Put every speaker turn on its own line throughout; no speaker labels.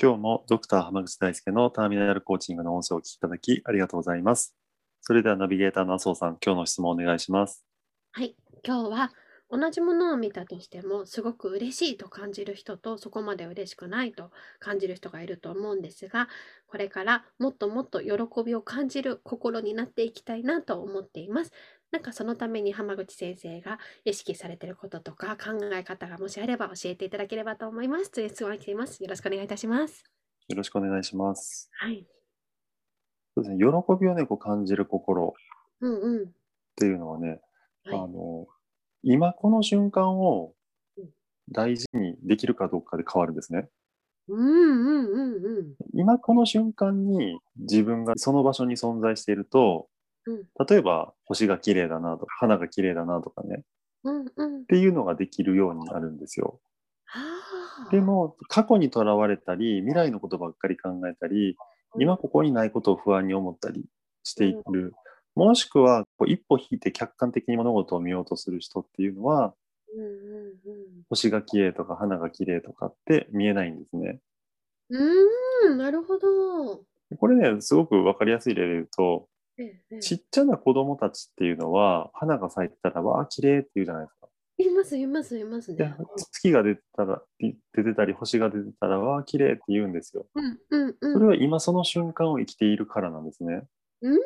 今日もドクター浜口大輔のターミナルコーチングの音声をお聞きいただきありがとうございますそれではナビゲーターの麻生さん今日の質問お願いします
はい、今日は同じものを見たとしてもすごく嬉しいと感じる人とそこまで嬉しくないと感じる人がいると思うんですがこれからもっともっと喜びを感じる心になっていきたいなと思っています。なんかそのために浜口先生が意識されてることとか考え方がもしあれば教えていただければと思います。という質問が来ています。よろしくお願いいたします。
よろしくお願いします
はい。
そうですね喜びをねこう感じる心っ
うんうん。
ていうのはね、あ
はい。
の今この瞬間を
うん
大事にできるかどうかで変わるんですね
うんうんうんうん。
今この瞬間に自分がその場所に存在していると、
うん
例えば星が綺麗だなとか花が綺麗だなとかねっ
うんうん。
ていうのができるようになるんですよ。
ああ。
でも過去にとらわれたり未来のことばっかり考えたり
うん
今ここにないことを不安に思ったりしている、もしくはこう一歩引いて客観的に物事を見ようとする人っていうのは
うんうんうん。
星が綺麗とか花が綺麗とかって見えないんですね。
うーん、なるほど。
これねすごく分かりやすい例で言うと
ええ、ええ
ちっちゃな子供たちっていうのは花が咲いてたらわあ綺麗って言うじゃないですか。
います、います、います
で
ね。
月が出てたら出てたり星が出てたらわあ綺麗って言うんですよ。
うん、うん、うん。
それは今その瞬間を生きているからなんですね。
うん、うん、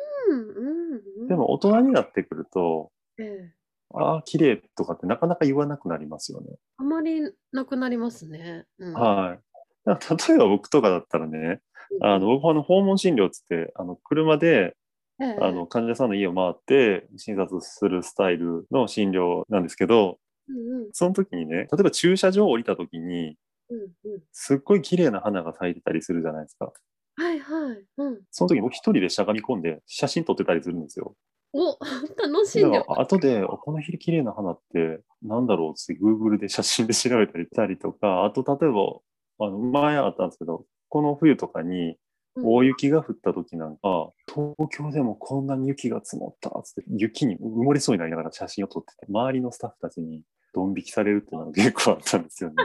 うん。
でも大人になってくると
ええ、
ああ綺麗とかってなかなか言わなくなりますよね。
あまりなくなりますね。うん、
はい。だから例えば僕とかだったらね、
うん
あの、僕はあの訪問診療っつってあの車で
ええ、
あの患者さんの家を回って診察するスタイルの診療なんですけど
うん、うん、
その時にね例えば駐車場を降りた時に
うん、うん。
すっごい綺麗な花が咲いてたりするじゃないですか。
はい、はい。うん。
その時僕一人でしゃがみ込んで写真撮ってたりするんですよ。
お、 楽し
だか
んで
ら後で、あこの綺麗な花ってなんだろうっつって Google で写真で調べたりしたりとか、あと例えば、あの前あったんですけど、この冬とかに
うん
大雪が降った時なんか、東京でもこんなに雪が積もったっつって雪に埋もれそうになりながら写真を撮ってて、周りのスタッフたちにドン引きされるっていうのが結構あったんですよね。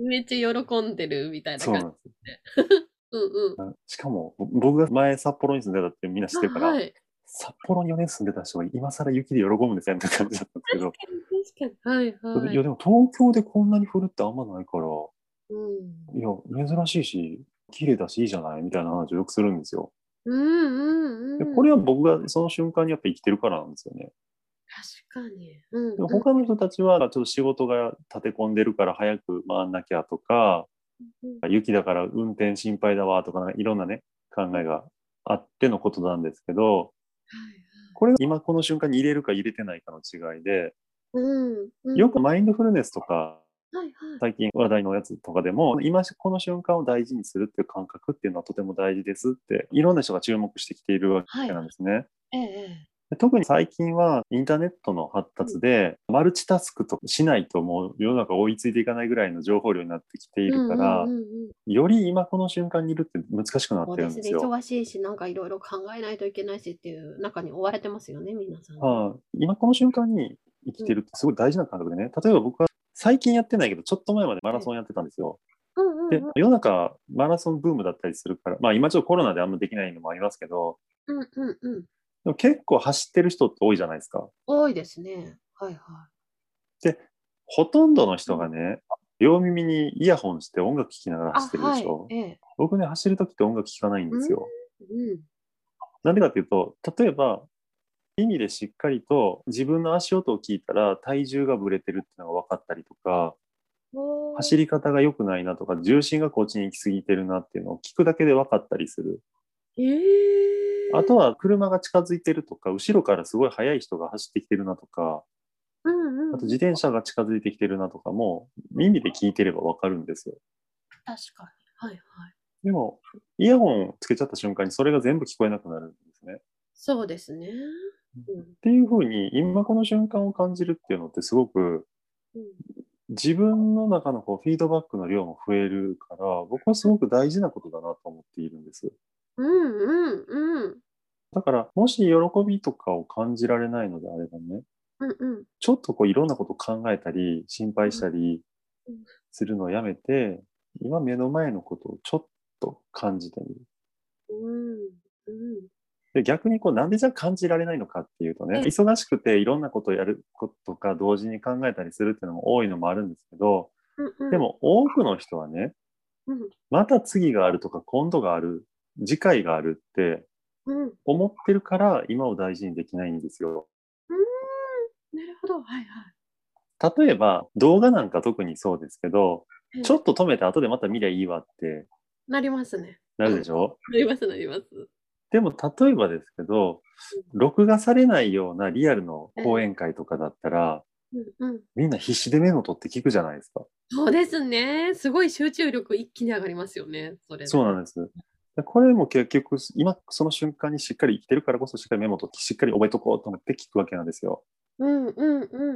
めっちゃ喜んでるみたいな
そうなん
感
で
じで。うん、うん。
す。しかも僕が前札幌に住んでたってみんな知ってるから、
あはい。
札幌に4年住んでた人が今更雪で喜ぶんですよみたいな感じだったんですけど、
確かに。はい、はい
い、や
い。
でも東京でこんなに降るってあんまないから、
うん、
いや珍しいし、綺麗だしいいじゃないみたいな話をよくするんですよ。
うん、うん、
で
うん。
これは僕がその瞬間にやっぱ生きてるからなんですよね。
確かに。うん、
でも
うん、
他の人たちはちょっと仕事が立て込んでるから早く回んなきゃとか、
うん。
雪だから運転心配だわとか、なんかいろんなね、考えがあってのことなんですけど、
はい。
これが今この瞬間に入れるか入れてないかの違いで、
うん、うん。
よくマインドフルネスとか
はい、はい。
最近話題のやつとかでも今この瞬間を大事にするっていう感覚っていうのはとても大事ですっていろんな人が注目してきているわけなんですね。
ええ。
で特に最近はインターネットの発達で、マルチタスクとしないともう世の中追いついていかないぐらいの情報量になってきているから、
うんうんうんうん
より今この瞬間にいるって難しくな
そ
っ
う
てる
で
ん
す
で
ね。
すよ。
忙しいし、なんかいろいろ考えないといけないしっていう中に追われてますよね、皆さん。
はい今この瞬間に生きてるってすごい大事な感覚でね例えば僕は最近やってないけどちょっと前までマラソンやってたんですよ。
うんうんう
で
ん
世の中マラソンブームだったりするから、まあ、今ちょっとコロナであんまできないのもありますけど
うんうんうん。
でも結構走ってる人って多いじゃないですか。
多いですね。はいは
ほとんどの人がね両耳にイヤホンして音楽聴きながら走って
い。
る
あ、
で
は
し
い
ょ、。
ええ。
僕ね走る時って音楽聴かないんですよ。
うん。
なんでかっていうと例えば耳でしっかりと自分の足音を聞いたら体重がぶれてるっていうのが分かったりとか
おー
走り方が良くないなとか重心がこっちに行き過ぎてるなっていうのを聞くだけで分かったりする
ええ
あとは車が近づいてるとか、後ろからすごい速い人が走ってきてるなとか、
うんうんうん
あと自転車が近づいてきてるなとかも耳で聞いてればわかるんですよ。
確かに。はいはい。
でもイヤホンつけちゃった瞬間にそれが全部聞こえなくなるんですね。っ
そうですね。うん
ていうふうに今この瞬間を感じるっていうのってすごく
うん
自分の中のこうフィードバックの量も増えるから僕はすごく大事なことだなと思っているんです。
うんうんうん
だからもし喜びとかを感じられないのであればね
うんうん
ちょっとこういろんなこと考えたり心配したり
うん
するのをやめて今目の前のことをちょっと感じてみる。
うんうん
で逆にこうなんでじゃあ感じられないのかっていうとね、
うん
忙しくていろんなことをやることか同時に考えたりするっていうのも多いのもあるんですけど、
うんうん
でも多くの人はね、
うん
また次があるとか今度がある、次回があるって
うん
思ってるから今を大事にできないんですよ。
なるほどはいは
例えば動画なんか特にそうですけど、
い
ちょっと止めて後でまた見りゃいいわって
なりますね
なるでしょ、
なりますなります
でも例えばですけど、録画されないようなリアルの講演会とかだったら、
うんうん
みんな必死でメモ取って聞くじゃないですか。
そうですねすごい集中力一気に上がりますよねそれ
そうなんんです。でこれも結局、今その瞬間にしっかり生きてるからこそしっかりメモとしっかり覚えとこうと思って聞くわけなんですよ。
うんうんう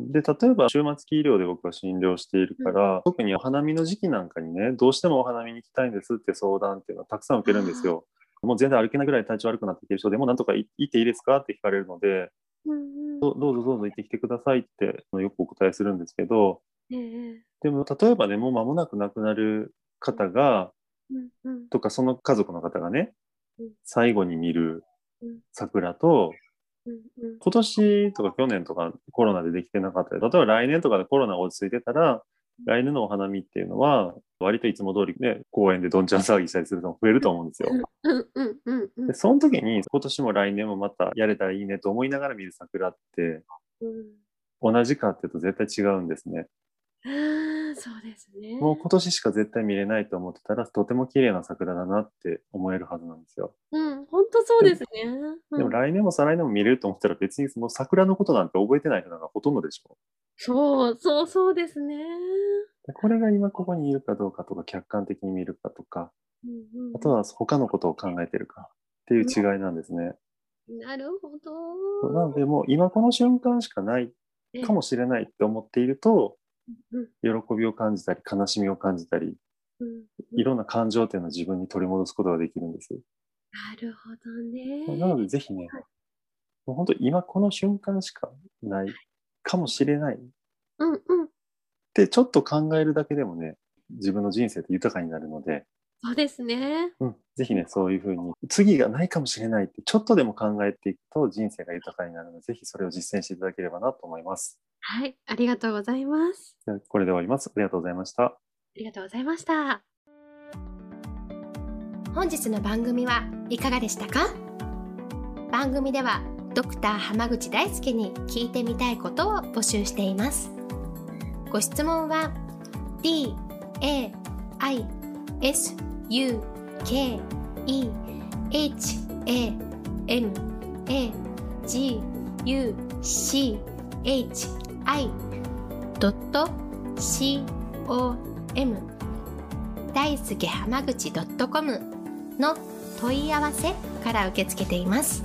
ん
で、例えば終末期医療で僕は診療しているから、特にお花見の時期なんかにね、どうしてもお花見に行きたいんですって相談っていうのはたくさん受けるんですよ。もう全然歩けないぐらい体調悪くなってきてる人でもなんとかい行っていいですかって聞かれるので、
うんうん
どどうぞどうぞ行ってきてくださいってあのよくお答えするんですけど、
ええ
でも例えばね、もう間もなく亡くなる方が、
うんうん
とかその家族の方がね
うん
最後に見る
うん
桜と
うんうん
今年とか去年とかコロナでできてなかったり例えば来年とかでコロナが落ち着いてたら来年のお花見っていうのは割といつも通りね公園でどんちゃん騒ぎしたりするのも増えると思うんですよ。
うんうんうんうん
でその時に今年も来年もまたやれたらいいねと思いながら見る桜って
うん
同じかっていうと絶対違うんですね。
あーそうですね
もう今年しか絶対見れないと思ってたらとても綺麗な桜だなって思えるはずなんですよ。
うん本当そうですね
でも
うん
来年も再来年も見れると思ったら別にその桜のことなんて覚えてない人なんかほとんどでしょ。
そうそうそうですね
でこれが今ここにいるかどうかとか客観的に見るかとか、
うんうん
あとは他のことを考えてるかっていう違いなんですね。
なるほど
そうなのでもう今この瞬間しかないかもしれないって思っていると、
うん
喜びを感じたり悲しみを感じたり、
うん
いろんな感情っていうのを自分に取り戻すことができるんです。
なるほどね。
なのでぜひね、もう本当今この瞬間しかないかもしれない
うんうん。
で、ちょっと考えるだけでもね、自分の人生って豊かになるので、
そうですね。
うん、ぜひね、そういうふうに、次がないかもしれないって、ちょっとでも考えていくと人生が豊かになるので、ぜひそれを実践していただければなと思います。
はい。ありがとうございます。
ではこれで終わります。ありがとうございました。
ありがとうございました。
本日の番組はいかがでしたか番組ではドクター濱口大輔に聞いてみたいことを募集していますご質問は d a i s u k e h a m a g u c h i c o m 大輔濱口 .com の問い合わせから受け付けています